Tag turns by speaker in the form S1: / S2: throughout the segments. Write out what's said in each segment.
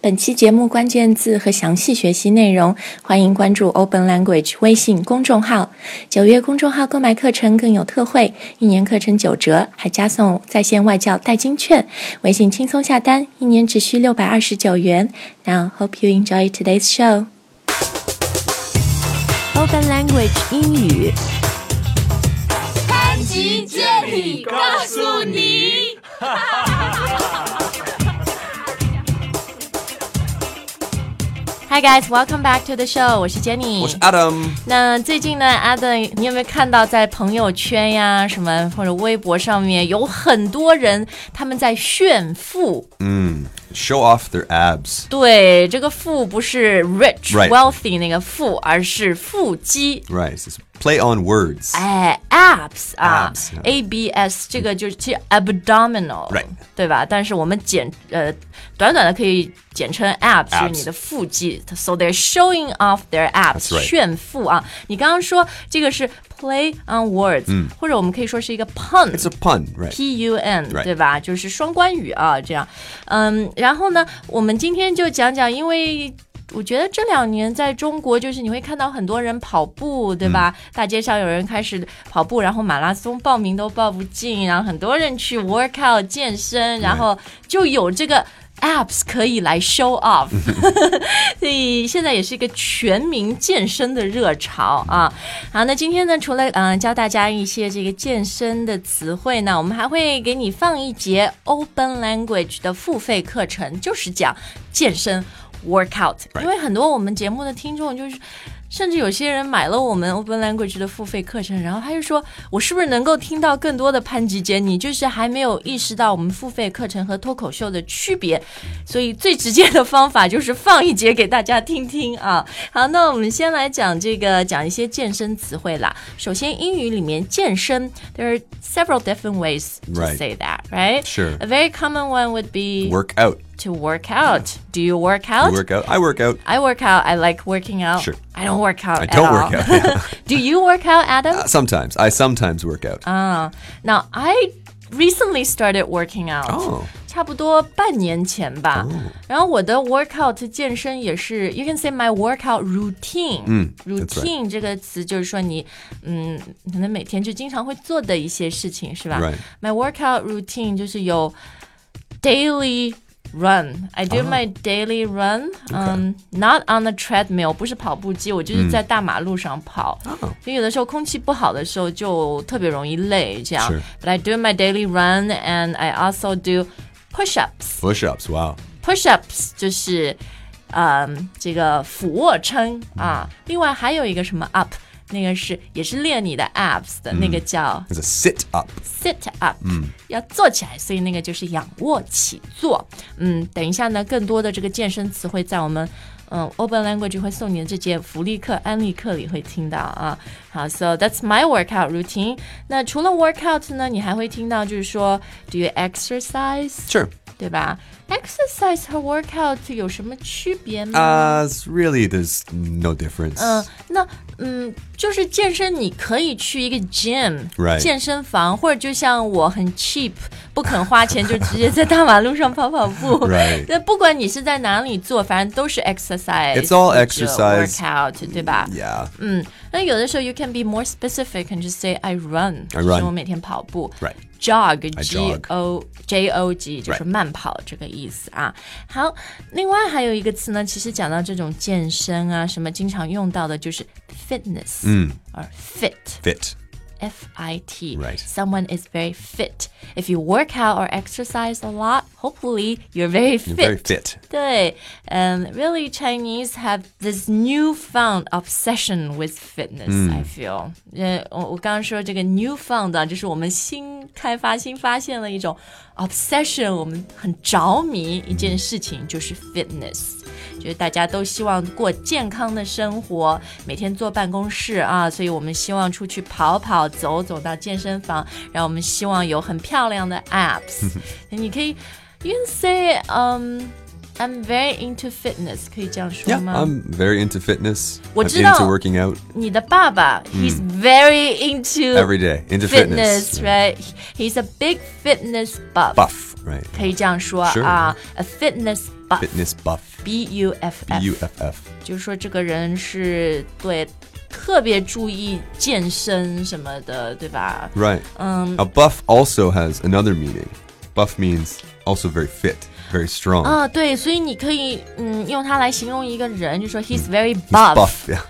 S1: 本期节目关键字和详细学习内容，欢迎关注 Open Language 微信公众号。九月公众号购买课程更有特惠，一年课程九折，还加送在线外教代金券。微信轻松下单，一年只需六百二十九元。Now hope you enjoy today's show.
S2: Open Language 英语
S3: 潘吉接力告诉你，
S2: ，Hi guys, welcome back to the show。我是 Jenny，
S4: 我是 Adam，
S2: 那最近呢，Adam，你有没有看到在朋友圈呀、什么或者微博上面有很多人他们在炫富？
S4: show off their abs.
S2: 对，这个富不是 rich、
S4: Right
S2: wealthy 那个富，而是腹肌。
S4: Right, it's play on words.
S2: 哎，abs 啊
S4: Abs，yeah
S2: ，a b s 这个就是其实 abdominal，
S4: 嗯 Right
S2: 对吧？但是我们简呃短短的可以简称 abs，就是
S4: Abs
S2: 你的腹肌。So they're showing off their abs，
S4: That's right
S2: 炫富啊！你刚刚说这个是 play on words，或
S4: 嗯
S2: 者我们可以说是一个 pun。
S4: It's a pun, right?
S2: P U N，
S4: Right
S2: 对吧？就是双关语啊，这样。嗯，然后呢，我们今天就讲讲，因为。我觉得这两年在中国，就是你会看到很多人跑步，对吧？
S4: 嗯
S2: 大街上有人开始跑步，然后马拉松报名都报不进，然后很多人去 workout 健身，然后就有这个 apps 可以来 show off。所以现在也是一个全民健身的热潮啊。好，那今天呢，除了嗯、呃教大家一些这个健身的词汇呢，我们还会给你放一节 Open Language 的付费课程，就是讲健身 workout。因为很多我们节目的听众就是。甚至有些人买了我们 Open Language 的付费课程，然后他就说：“我是不是能够听到更多的潘吉杰？你就是还没有意识到我们付费课程和脱口秀的区别。”所以最直接的方法就是放一节给大家听听啊。好，那我们先来讲这个讲一些健身词汇啦。首先，英语里面健身，there are several different ways to
S4: Right.
S2: say that, right?
S4: Sure.
S2: A very common one would be
S4: Work out.
S2: to work out. Do you work out?
S4: You work out. I work out.
S2: I work out. I like working out.
S4: Sure.
S2: I don't work out.
S4: I don't
S2: at
S4: work
S2: all.
S4: out. Yeah. Uh,
S2: Do you work out, Adam?
S4: sometimes. I sometimes work out.
S2: Now I recently started working out，、
S4: Oh.
S2: 差不多半年前吧。然后我的 workout 健身也是，you can say my workout routine。嗯
S4: that's
S2: ，routine 这个词就是说你，嗯，可能每天就经常会做的一些事情， 是吧
S4: Right
S2: My workout routine 就是有 daily。Run, I
S4: Oh.
S2: do my daily run. 嗯、not on the treadmill，不是跑步机，我就是在大马路上跑。
S4: Oh.
S2: 就有的时候空气不好的时候就特别容易累，这样。
S4: 是
S2: But I do my daily run and I also do push ups.
S4: Push-ups. Wow.
S2: Push ups 就是，嗯，这个俯卧撑啊。另外还有一个什么 up，那个是也是练你的 abs 的、那个叫
S4: It's a sit up.
S2: sit up，要坐起来，所以那个就是仰卧起坐。嗯，等一下呢，更多的这个健身词汇在我们嗯 Open Language 会送你的这节福利课、安利课里会听到啊。好，so that's my workout routine。那除了 workout 呢，你还会听到就是说 do you exercise，
S4: Sure.
S2: 对吧？exercise 和 workout 有什么区别吗？
S4: Uh, it's really, there's no difference.
S2: 嗯，那嗯，就是健身，你可以去一个 gym
S4: Right
S2: 健身房，或者就像我很 cheap，不肯花钱，就直接在大马路上跑跑步。
S4: Right
S2: 那不管你是在哪里做，反正都是 exercise。
S4: It's all
S2: 或者
S4: exercise
S2: workout，对吧？
S4: yeah.
S2: 嗯，那有的时候 you can be more specific and just say I run，
S4: I run
S2: 就是我每天跑步。
S4: Right
S2: Jog,
S4: I
S2: G
S4: jog
S2: O J O G 就是
S4: Right
S2: 慢跑这个意思啊。好，另外还有一个词呢，其实讲到这种健身啊，什么经常用到的就是 fitness，嗯，而 fit。
S4: Fit.
S2: F I T.
S4: Right.
S2: Someone is very fit. If you work out or exercise a lot, hopefully you're very fit.
S4: You're very fit.
S2: 对，嗯，really Chinese have this newfound obsession with fitness. I feel，呃，我我刚刚说这个 newfound 啊，就是我们新开发、新发现了一种 obsession，我们很着迷一件事情，就是 fitness。就是大家都希望过健康的生活，每天坐办公室啊，所以我们希望出去跑跑、走走到健身房，然后我们希望有很漂亮的 abs。你可以，you can say，嗯、I'm very into fitness，可以这样说
S4: Yeah.
S2: 吗
S4: I'm very into fitness. I'm
S2: 我知道。
S4: into working out
S2: 你的爸爸、h e s very into
S4: every day. Into 嗯 fitness.
S2: fitness，right？He's a big fitness buff。
S4: Buff. right?
S2: 可以这样说
S4: Sure.
S2: 啊，a fitness buff。
S4: Fitness buff.
S2: B U F
S4: B
S2: F，
S4: U F F.
S2: 就是说这个人是对特别注意健身什么的，对吧？
S4: Right.
S2: Um,
S4: a buff also has another meaning. Buff means also very fit, very strong.
S2: 啊，对，所以你可以嗯用它来形容一个人，就说 he's very
S4: He's
S2: buff。
S4: buff, yeah.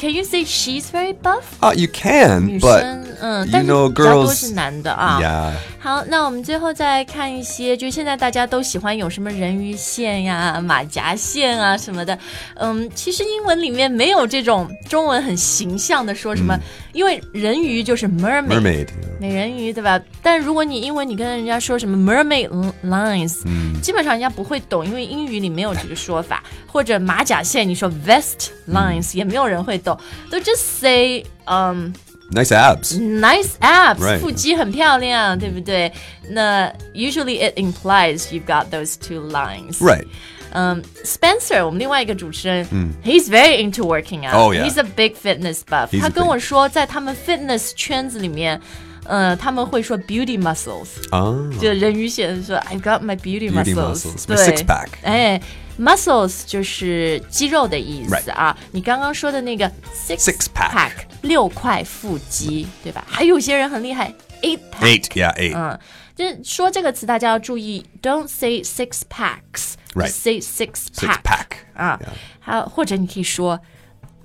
S2: Can you say she's very buff？
S4: Uh, you can,
S2: 女
S4: but
S2: 生，嗯，
S4: you
S2: 但是
S4: know
S2: 比较多
S4: girls.
S2: 是男的啊。
S4: Yeah.
S2: 好，那我们最后再看一些，就现在大家都喜欢有什么人鱼线呀、马甲线啊什么的。嗯，其实英文里面没有这种中文很形象的说什
S4: 嗯
S2: 么，因为人鱼就是 mermaid。
S4: Mermaid.
S2: 美人鱼对吧？但如果你英文你跟人家说什么 mermaid lines，、基本上人家不会懂，因为英语里没有这个说法。或者马甲线，你说 vest lines、也没有人会懂。都 just say，嗯、
S4: Nice abs.
S2: Nice abs，、
S4: Right.
S2: 腹肌很漂亮，对不对？那 usually it implies you've got those two lines。
S4: Right.
S2: 嗯、s p e n c e r 我们另外一个主持人、h e s very into working out。
S4: Oh, yeah.
S2: He's a big fitness buff。
S4: He's a
S2: 他跟
S4: big-
S2: 我说，在他们 fitness 圈子里面，呃，他们会说 beauty muscles，、
S4: Oh.
S2: 就人鱼线说 I've got my beauty
S4: Beauty
S2: muscles，,
S4: muscles，my
S2: 对
S4: six pack
S2: 哎，muscles 就是肌肉的意思
S4: Right
S2: 啊。你刚刚说的那个 six
S4: Six pack
S2: 六块腹肌，对吧？还有些人很厉害，eight pack。
S4: Eight. Yeah, eight.
S2: 嗯，就是说这个词大家要注意，don't say six packs，
S4: Right
S2: just say six
S4: Six
S2: pack。
S4: pack.
S2: 啊
S4: Yeah.，
S2: 还有或者你可以说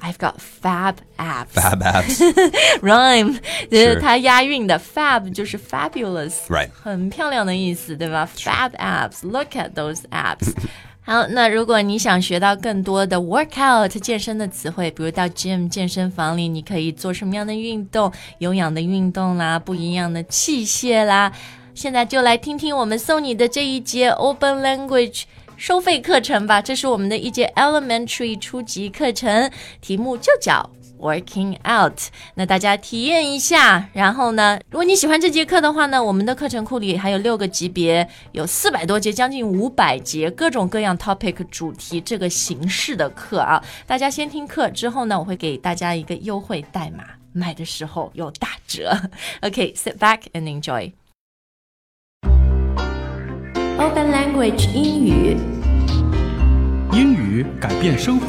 S2: ，I've got fab abs。
S4: Fab abs.
S2: rhyme，就是
S4: Sure
S2: 它押韵的。Fab 就是 fabulous，
S4: Right
S2: 很漂亮的意思，对吧？Fab abs，look at those abs 。好，那如果你想学到更多的 workout 健身的词汇，比如到 gym 健身房里，你可以做什么样的运动，有氧的运动啦，不一样的器械啦。现在就来听听我们送你的这一节 Open Language 收费课程吧，这是我们的一节 Elementary 初级课程，题目就叫 Working Out。那大家体验一下，然后呢，如果你喜欢这节课的话呢，我们的课程库里还有六个级别，有四百多节，将近五百节，各种各样 topic 主题这个形式的课啊。大家先听课之后呢，我会给大家一个优惠代码，买的时候有打折。OK，sit、back and enjoy。
S1: Open Language 英语
S5: 英语改变生活。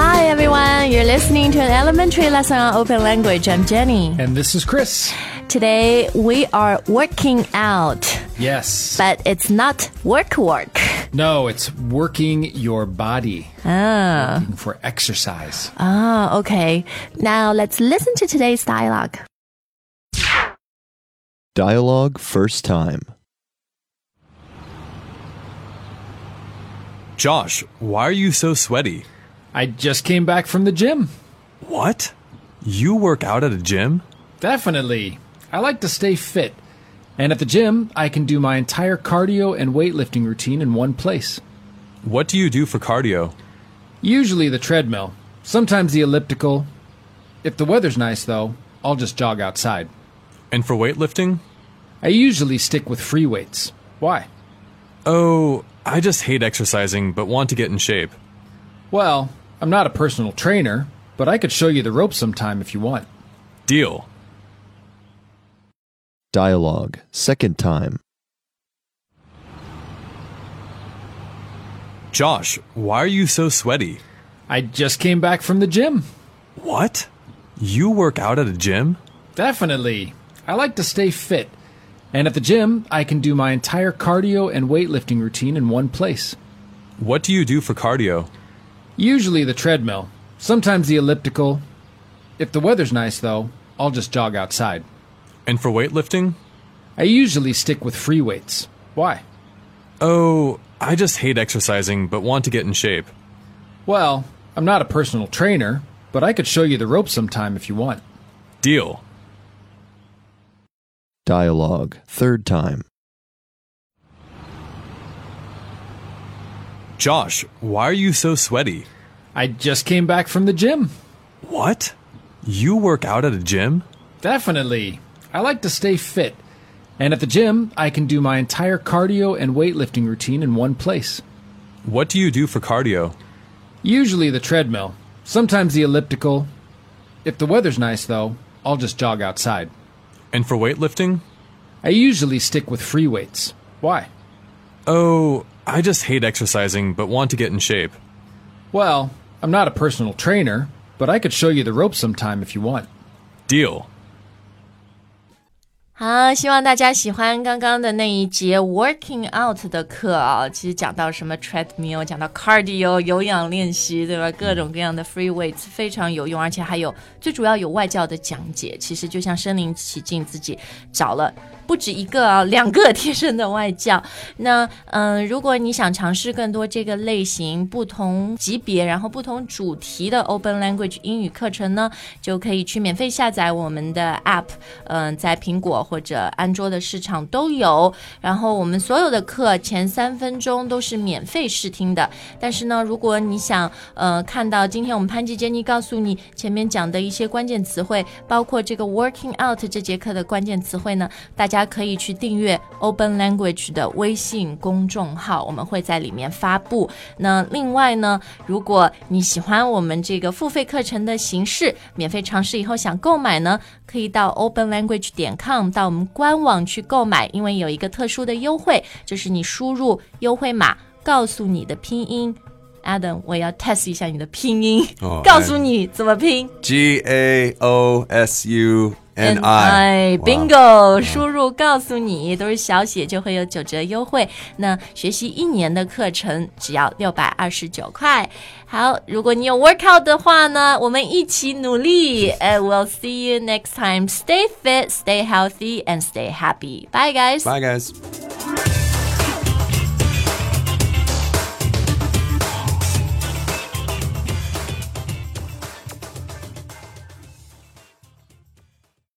S2: Hi everyone, you're listening to an elementary lesson on open language. I'm Jenny.
S5: And this is Chris.
S2: Today we are working out,
S5: Yes.
S2: but it's not work work.
S5: No, it's working your body
S2: Ah,
S5: working for exercise.
S2: ah, okay. Now let's listen to today's dialogue.
S6: Dialogue first time.
S7: Josh, why are you so sweaty?
S5: I just came back from the gym.
S7: What? You work out at a gym?
S5: Definitely. I like to stay fit. And at the gym, I can do my entire cardio and weightlifting routine in one place.
S7: What do you do for cardio?
S5: Usually the treadmill, sometimes the elliptical. If the weather's nice, though, I'll just jog outside.
S7: And for weightlifting?
S5: I usually stick with free weights. Why?
S7: Oh, I just hate exercising but want to get in shape.
S5: Well, I'm not a personal trainer, but I could show you the ropes sometime if you want.
S7: Deal.
S6: Dialogue second time.
S7: Josh, why are you so sweaty?
S5: I just came back from the gym.
S7: What? You work out at a gym?
S5: Definitely. I like to stay fit. And at the gym, I can do my entire cardio and weightlifting routine in one place.
S7: What do you do for cardio?
S5: Usually the treadmill, sometimes the elliptical. If the weather's nice, though, I'll just jog outside.
S7: And for weightlifting?
S5: I usually stick with free weights. Why?
S7: Oh, I just hate exercising but want to get in shape.
S5: Well, I'm not a personal trainer, but I could show you the ropes sometime if you want.
S7: Deal.
S6: Dialogue third time.
S7: Josh, why are you so sweaty?
S5: I just came back from the gym.
S7: What? You work out at a gym?
S5: Definitely. I like to stay fit. And at the gym, I can do my entire cardio and weightlifting routine in one place.
S7: What do you do for cardio?
S5: Usually the treadmill, sometimes the elliptical. If the weather's nice, though, I'll just jog outside.
S7: And for weightlifting?
S5: I usually stick with free weights. Why?
S7: Oh, I just hate exercising but want to get in shape.
S5: Well, I'm not a personal trainer, but I could show you the ropes sometime if you want.
S7: Deal.
S2: 好，希望大家喜欢刚刚的那一节 working out 的课啊。其实讲到什么 treadmill，讲到 cardio 有氧练习，对吧？各种各样的 free weights 非常有用，而且还有最主要有外教的讲解。其实就像身临其境，自己找了不止一个啊， 两个贴身的外教。那嗯、呃如果你想尝试更多这个类型、不同级别，然后不同主题的 Open Language 英语课程呢，就可以去免费下载我们的 App，嗯、在苹果或者安卓的市场都有。然后我们所有的课前三分钟都是免费试听的，但是呢，如果你想呃看到今天我们潘吉杰尼告诉你前面讲的一些关键词汇，包括这个 working out 这节课的关键词汇呢，大家可以去订阅 Open Language 的微信公众号，我们会在里面发布。那另外呢，如果你喜欢我们这个付费课程的形式，免费尝试以后想购买呢，可以到 Open Language 点 com 到我们官网去购买，因为有一个特殊的优惠，就是你输入优惠码，告诉你的拼音。Adam，我要 test 一下你的拼音
S4: 哦
S2: 告诉你怎么拼。
S4: G A O S U N
S2: I
S4: I.
S2: bingo，输入告诉你都是小写，就会有九折优惠。那学习一年的课程只要六百二十九块。好，如果你有 workout 的话呢，我们一起努力。呃、w e l l see you next time. Stay fit, stay healthy, and stay happy. Bye, guys.
S4: Bye, guys.